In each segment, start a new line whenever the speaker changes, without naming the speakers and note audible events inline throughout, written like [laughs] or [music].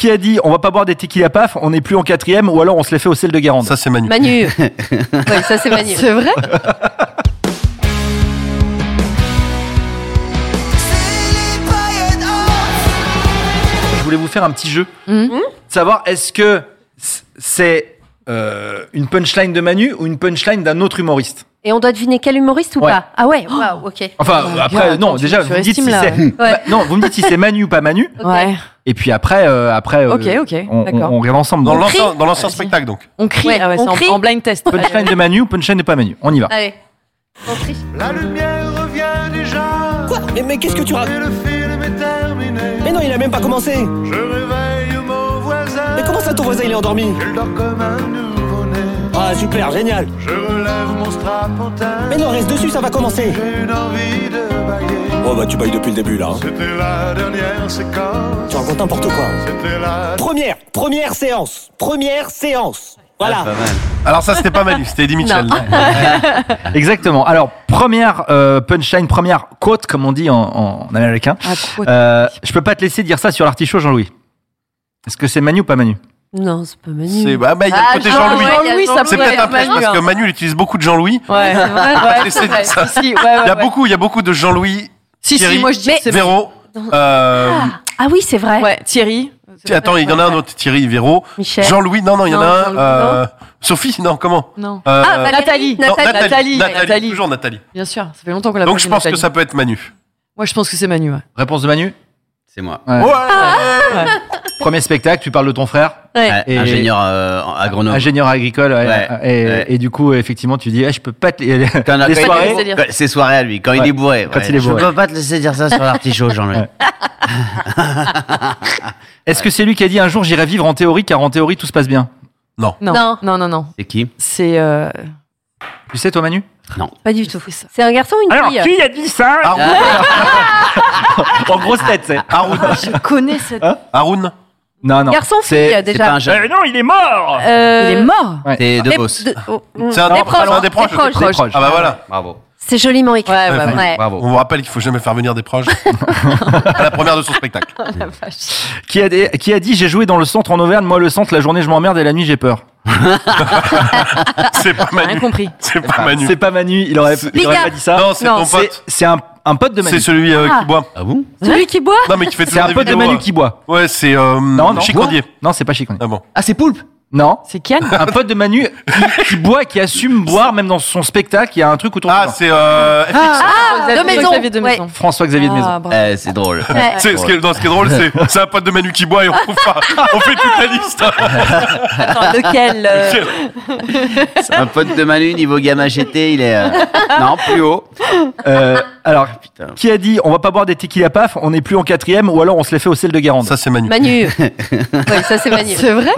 Qui a dit on va pas boire des tequila paf, on n'est plus en quatrième ou alors on se les fait au sel de Guérande
Ça, c'est
[laughs]
Manu.
Manu. ouais, ça c'est Manu.
C'est vrai
Je voulais vous faire un petit jeu.
Mmh.
Mmh. Savoir est-ce que c'est euh, une punchline de Manu ou une punchline d'un autre humoriste
Et on doit deviner quel humoriste ou
Ouais.
pas Ah ouais, waouh, ok.
Enfin,
Oh,
après,
regarde,
non,
attends, tu-
déjà,
tu
vous me dites si
surestimes, là.
c'est.
Ouais.
Bah, non, vous me dites si c'est Manu ou
[laughs]
pas Manu.
Ok.
Ouais.
Et puis après, euh, après euh,
Ok, ok,
on, on,
d'accord.
on regarde ensemble.
Dans
Donc,
crie.
l'ancien dans l'ancien spectacle, donc.
On crie,
Ouais,
ah ouais,
on
c'est en-
crie.
En, blind test.
punchline de Manu ou punchline de pas Manu. On y va.
Allez. On crie.
La lumière revient déjà.
Eh, Mais, mais qu'est-ce que tu racontes
et le film est terminé.
Mais non, il a même pas commencé
Je réveille mon voisin.
Mais comment ça, ton voisin, il est endormi
Il dort comme un nouveau-né.
Ah, super, génial
Je relève mon strapontin.
Mais non, reste dessus, ça va commencer
J'ai une envie de bailler.
Oh bah, tu bailles depuis le début, là. hein.
C'était la dernière séquence.
Tu racontes n'importe quoi.
C'était la.
Première, première séance Première séance Voilà
Alors, ça, c'était pas Manu, c'était Eddie Mitchell.
Exactement. Alors, première euh, punchline, première quote, comme on dit en, en américain.
Ah, quoi
Euh, je peux pas te laisser dire ça sur l'artichaut, Jean-Louis. Est-ce que c'est Manu ou pas Manu
Non, c'est pas Manu.
C'est bah, bah, il y a
Ah,
le côté
non,
Jean-Louis.
ouais.
Jean-Louis, ça
C'est
pourrait
peut-être
être
Ah,
un piège
Manu,
parce que
hein.
Manu, il utilise beaucoup de Jean-Louis.
Ouais, c'est vrai.
Et c'est ça.
Si, ouais, ouais,
Il y a
ouais.
beaucoup, il y a beaucoup de Jean-Louis,
Si, si,
Thierry,
moi je dis que c'est
Véro. euh,
Ah oui, c'est vrai.
Ouais, Thierry.
ti- Attends, il y en a un autre, Thierry, Véro.
Michel.
Jean-Louis, non, non, il y en a
Non,
un.
Jean-Louis,
euh, Sophie, non, comment
Non.
Euh,
Ah, Valérie.
Nathalie.
non, Nathalie,
Nathalie,
Nathalie,
Nathalie.
toujours Nathalie.
Bien sûr, ça fait longtemps qu'on l'a pas
Donc je
dit,
pense que
Nathalie.
ça peut être Manu.
Moi je pense que c'est Manu. ouais.
Réponse de Manu
C'est moi.
Ouais.
Ah.
Ouais.
Premier spectacle, tu parles de ton frère,
Ouais.
Ah,
Et-
Ingénieur euh, en- agronome.
ingénieur agricole. ouais,
Ouais,
et,
ouais.
et du coup, effectivement, tu dis, Eh, je peux pas te... les [laughs]
Quand- quand-
les soirées.
laisser dire.
quand- C'est soirée à lui, quand il
Ouais,
est bourré.
quand il est bourré.
Je peux pas te laisser dire ça sur l'artichaut, Jean-Louis.
Ouais. Est-ce que c'est lui qui a dit un jour j'irai vivre en théorie car en théorie tout se passe bien
Non.
Non.
non, non, non, non.
C'est qui
C'est. euh,
Tu sais toi Manu
Pas du tout.
c'est ça.
C'est un garçon ou une fille
a dit ça [laughs] En grosse tête, c'est.
Haroun.
Je connais cette.
Hein Haroun.
Non, non.
Garçon ou fille
C'est-
C'est pas
déjà
un jeune.
Eh non, il est mort
Euh,
Il est mort.
Ouais.
C'est
les-
De Vos.
de- oh, mm.
C'est un
Des
des proches,
proches,
un des proches.
des proches.
Des proches.
Ah bah voilà.
Bravo.
C'est joliment écrit.
Ouais, bah,
Ouais.
Ouais.
Bravo.
On vous rappelle qu'il faut jamais faire venir des proches à la première de son spectacle.
Qui a, dé- qui a dit j'ai joué dans le centre en Auvergne, moi le centre, la journée je m'emmerde et la nuit j'ai peur
C'est pas
Rien
Manu.
compris.
C'est pas Manu.
Ah, C'est pas Manu, il aurait, il aurait
Bigard.
pas dit ça.
Non, c'est
Non,
ton
C'est-
pote.
C'est un, un pote de
C'est
Manu.
celui euh,
Ah.
qui boit.
Ah bon
Celui qui boit
Non, mais qui fait
C'est
toujours
un
des
pote de
vidéos,
Manu
euh.
qui boit.
Ouais, c'est euh,
Non, non.
Chicandier.
Non, c'est pas Chicandier.
Ah bon.
Ah, c'est Poulpe
Non.
C'est Kian.
Un pote de Manu qui, qui boit, qui assume boire, même dans son spectacle, il y a un truc autour
Ah,
de
c'est euh,
Ah, de
Xavier-
maison.
Xavier de maison.
François-Xavier de Maison.
Ah, bravo.
Eh, C'est drôle.
Ouais.
C'est ce, qui est- non, ce qui est drôle,
[laughs]
c'est c'est un pote de Manu qui boit et on trouve pas. On fait toute la liste.
Attends, lequel euh,
[laughs] C'est un pote de Manu, niveau gamme HT, il est. euh, Non, plus haut. Ah,
Euh, alors,
Putain.
qui a dit on va pas boire des tequila paf, on n'est plus en quatrième, ou alors on se les fait au sel de Guérande
Ça, c'est
[laughs]
Manu.
Manu. ouais, ça c'est Manu.
C'est vrai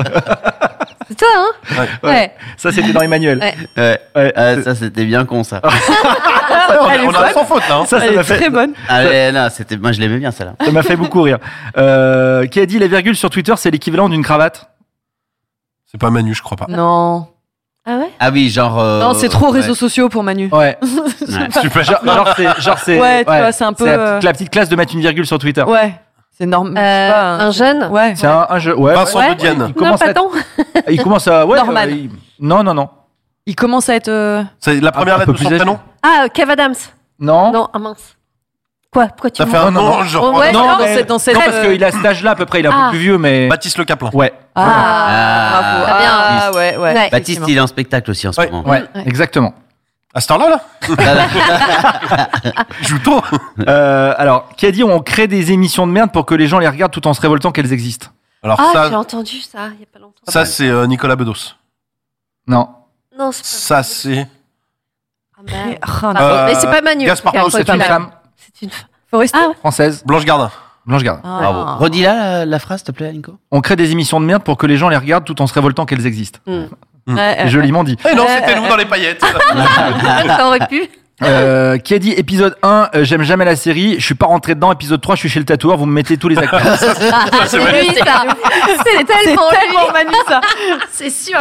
C'est toi, hein
Ouais.
Ouais.
Ça, c'était dans Emmanuel.
Ouais.
Ouais.
Ouais.
Ah, ça, c'était bien con, ça.
on,
Elle est
on a sans faute, là. hein.
Ça, ça
Elle
m'a
est
fait,
très bonne.
Ah, mais là, c'était. Moi, je l'aimais bien, celle-là.
ça m'a fait beaucoup rire. Euh, qui a dit la virgule sur Twitter, c'est l'équivalent d'une cravate
C'est pas Manu, je crois pas.
Non.
Ah ouais Euh,
Ah oui, genre. euh,
Non, c'est trop
ouais.
réseaux sociaux pour Manu.
Ouais.
Ouais.
Super.
Genre, genre, c'est. Genre, c'est
Ouais, tu vois, c'est un peu,
La
euh,
petite, la petite classe de mettre une virgule sur Twitter.
[laughs] Ouais. C'est normal.
Euh, Un jeune
hein. Ouais.
C'est un, un jeu. Ouais.
Vincent
ouais.
de Diane.
Il commence,
non,
à,
[laughs]
pas tant.
il commence à. Ouais, euh,
Norman.
il- Non, non, non.
Il commence à être. euh,
C'est la
Un
première
peu
lettre de
plus
son
âgé.
prénom.
Ah, Kev Adams.
Non.
Non, ah mince. Quoi Pourquoi tu
Ça
me-
fait un
non, non.
nom, genre.
Oh, ouais.
non,
alors,
mais-
dans cette- dans cette,
non, parce
euh,
qu'il a cet âge-là à peu près, il est un peu
Ah.
plus vieux, mais.
Baptiste Le Caplin.
Ouais,
Ah,
Ah.
bravo.
Très bien.
Ah, ouais, ouais.
Ouais.
Baptiste, il est en spectacle aussi en ce
Ouais.
moment.
ouais, exactement.
À ce temps-là, là [laughs] Joue tôt.
Euh, alors, qui a dit on crée des émissions de merde pour que les gens les regardent tout en se révoltant qu'elles existent
Alors,
Ah, j'ai
ça,
entendu ça il n'y a pas longtemps.
ça c'est euh, Nicolas Bedos.
Non.
Non, c'est
Ça,
pas
c'est.
Ah, merde.
Ah, non.
Pardon,
Euh,
mais c'est pas Manu.
Gaspard
en tout
Noé,
C'est
cas, faut
une
pas-
femme
C'est une femme.
Forestier
Ah ouais.
française.
Blanche Gardin.
Blanche Gardin.
Ah. Euh.
Bravo. Redis-la la, la phrase, s'il te plaît, [laughs] Nico.
On crée des émissions de merde pour que les gens les regardent tout en se révoltant qu'elles existent.
Hmm. Ouais,
[laughs] Et Joliment dit.
Euh,
Eh non, c'était nous dans les
[laughs]
paillettes.
Ça aurait pu.
Euh, qui a dit épisode 1, euh, j'aime jamais la série, je suis pas rentré dedans, épisode 3, je suis chez le tatoueur, vous me mettez tous les acteurs. Ah,
C'est lui, ça. C'est
Ah, C'est
tellement
tellement Manu [laughs] ça.
C'est sûr.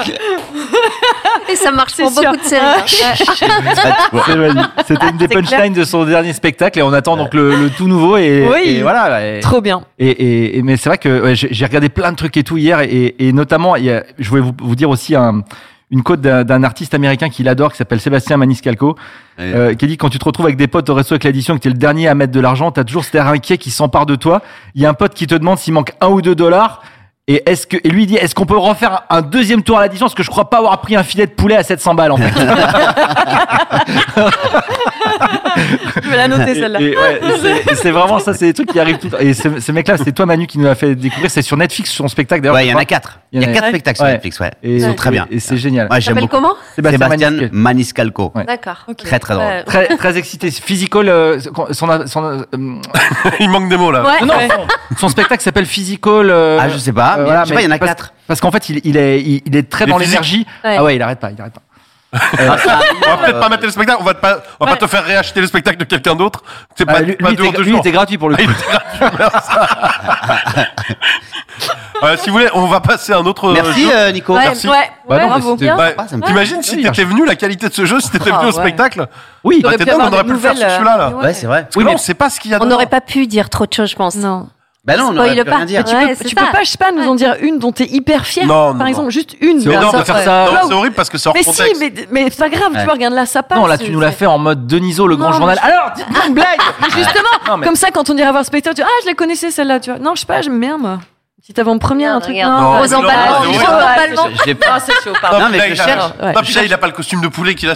Et ça marche pour
sûr.
beaucoup de
hein. [laughs]
séries.
C'est Manu. C'était une des
Ah, C'est clair.
punchlines de son dernier spectacle et on attend donc le, le tout nouveau et,
Oui.
et voilà. Et,
Trop bien.
et- et- et- mais c'est vrai que ouais, j'ai j'ai regardé plein de trucs et tout hier et, et notamment, il y a- je voulais vous, vous dire aussi un- une quote d'un d'un artiste américain qu'il adore qui s'appelle Sébastien Maniscalco
Ouais.
euh, qui dit quand tu te retrouves avec des potes au resto avec l'addition que t'es le dernier à mettre de l'argent t'as toujours cet air inquiet qui s'empare de toi il y a un pote qui te demande s'il manque un ou deux dollars et est-ce que et lui il dit est-ce qu'on peut refaire un deuxième tour à l'addition parce que je crois pas avoir pris un filet de poulet à 700 balles en [laughs] fait
Je vais la
Ah,
noter
Et-
celle-là.
et ouais, et c'est- et c'est vraiment ça, c'est des trucs qui arrivent tout le temps. Et ce, ce mec-là, c'est toi Manu qui nous l'a fait découvrir. C'est sur Netflix, son spectacle [laughs] d'ailleurs.
Ouais, il
je
y en a
crois.
quatre.
Il y
Il y
en
a
a-
quatre spectacles sur
Ouais.
Netflix, ouais.
Et-
Ils sont très bien.
Et c'est génial.
Ouais, j'aime
T'appelles
beaucoup.
comment
Sébastien
Sébastien
Maniscalco.
Maniscalco.
Ouais.
D'accord. ok.
Très, très drôle.
Euh,
Ouais.
Très, très excité. Physical. euh, son, son, euh,
[laughs] Il manque des mots là.
Ouais.
non, non, son, son spectacle s'appelle Physical. euh,
Ah, je sais pas, mais je sais pas, il y en a
parce-
quatre.
Parce qu'en fait, il, il est, il, il est très
Il est
dans
physique.
l'énergie.
Ouais.
Ah ouais, il arrête pas, il arrête pas.
Ah, On va peut-être pas mater le spectacle, on va, te pas, on va pas te faire réacheter le spectacle de quelqu'un d'autre. C'est
Ah,
pas,
lui,
pas
lui, était,
deux jours de
lui
jour.
était gratuit pour le
Ah,
coup.
il était gratuit, merci. Ouais, Euh, si vous voulez, on va passer à un autre euh,
Merci,
jeu.
euh, Nico.
Ouais.
Merci.
Ouais,
Bah non, mais
bravo.
c'était-
Ouais.
Ah, ça me fait
T'imagines si t'étais venu, la qualité de ce jeu, si t'étais
Ah,
venu au
ouais.
spectacle
Oui,
T'aurais
Bah, t'es
pu
dingue, on
avoir
aurait
des
pu le faire sur
nouvelles, euh,
celui-là. Là.
Ouais.
Ouais, c'est vrai.
Parce que
Oui,
là,
mais-
on sait pas ce qu'il y a
On
dedans.
n'aurait pas pu dire trop de choses, je pense.
Non.
Bah non, on aurait
Spoil
pu rien
pas.
dire.
Tu,
Ouais,
peux,
c'est
tu peux
ça.
pas, je sais pas, nous en dire une dont t'es hyper fier.
Non,
par
non, non.
exemple, juste une.
C'est énorme de faire ça.
Non, c'est horrible parce que c'est hors
Mais si,
contexte.
mais, mais c'est pas grave,
Ouais.
tu vois, regarde là, ça passe.
Non, là, tu nous l'as
c'est-
fait en mode Deniso, le grand
Non,
journal.
mais
Alors, dites-moi une
[laughs]
blague Justement non, mais,
Comme ça, quand on ira voir Spectre, tu dis, ah, je la connaissais celle-là, tu vois. Non, je sais pas, j'aime bien, moi. Petite avant-première, un
Regarde,
truc.
regarde.
Non,
Gros
mais non,
emballement.
non,
Gros
non, non,
emballement.
Je- je l'ai pas.
Ah, c'est chaud, pardon.
Non, mais je
il a-
cherche.
Ouais.
Non, puis là, il a pas le costume de poulet qu'il a.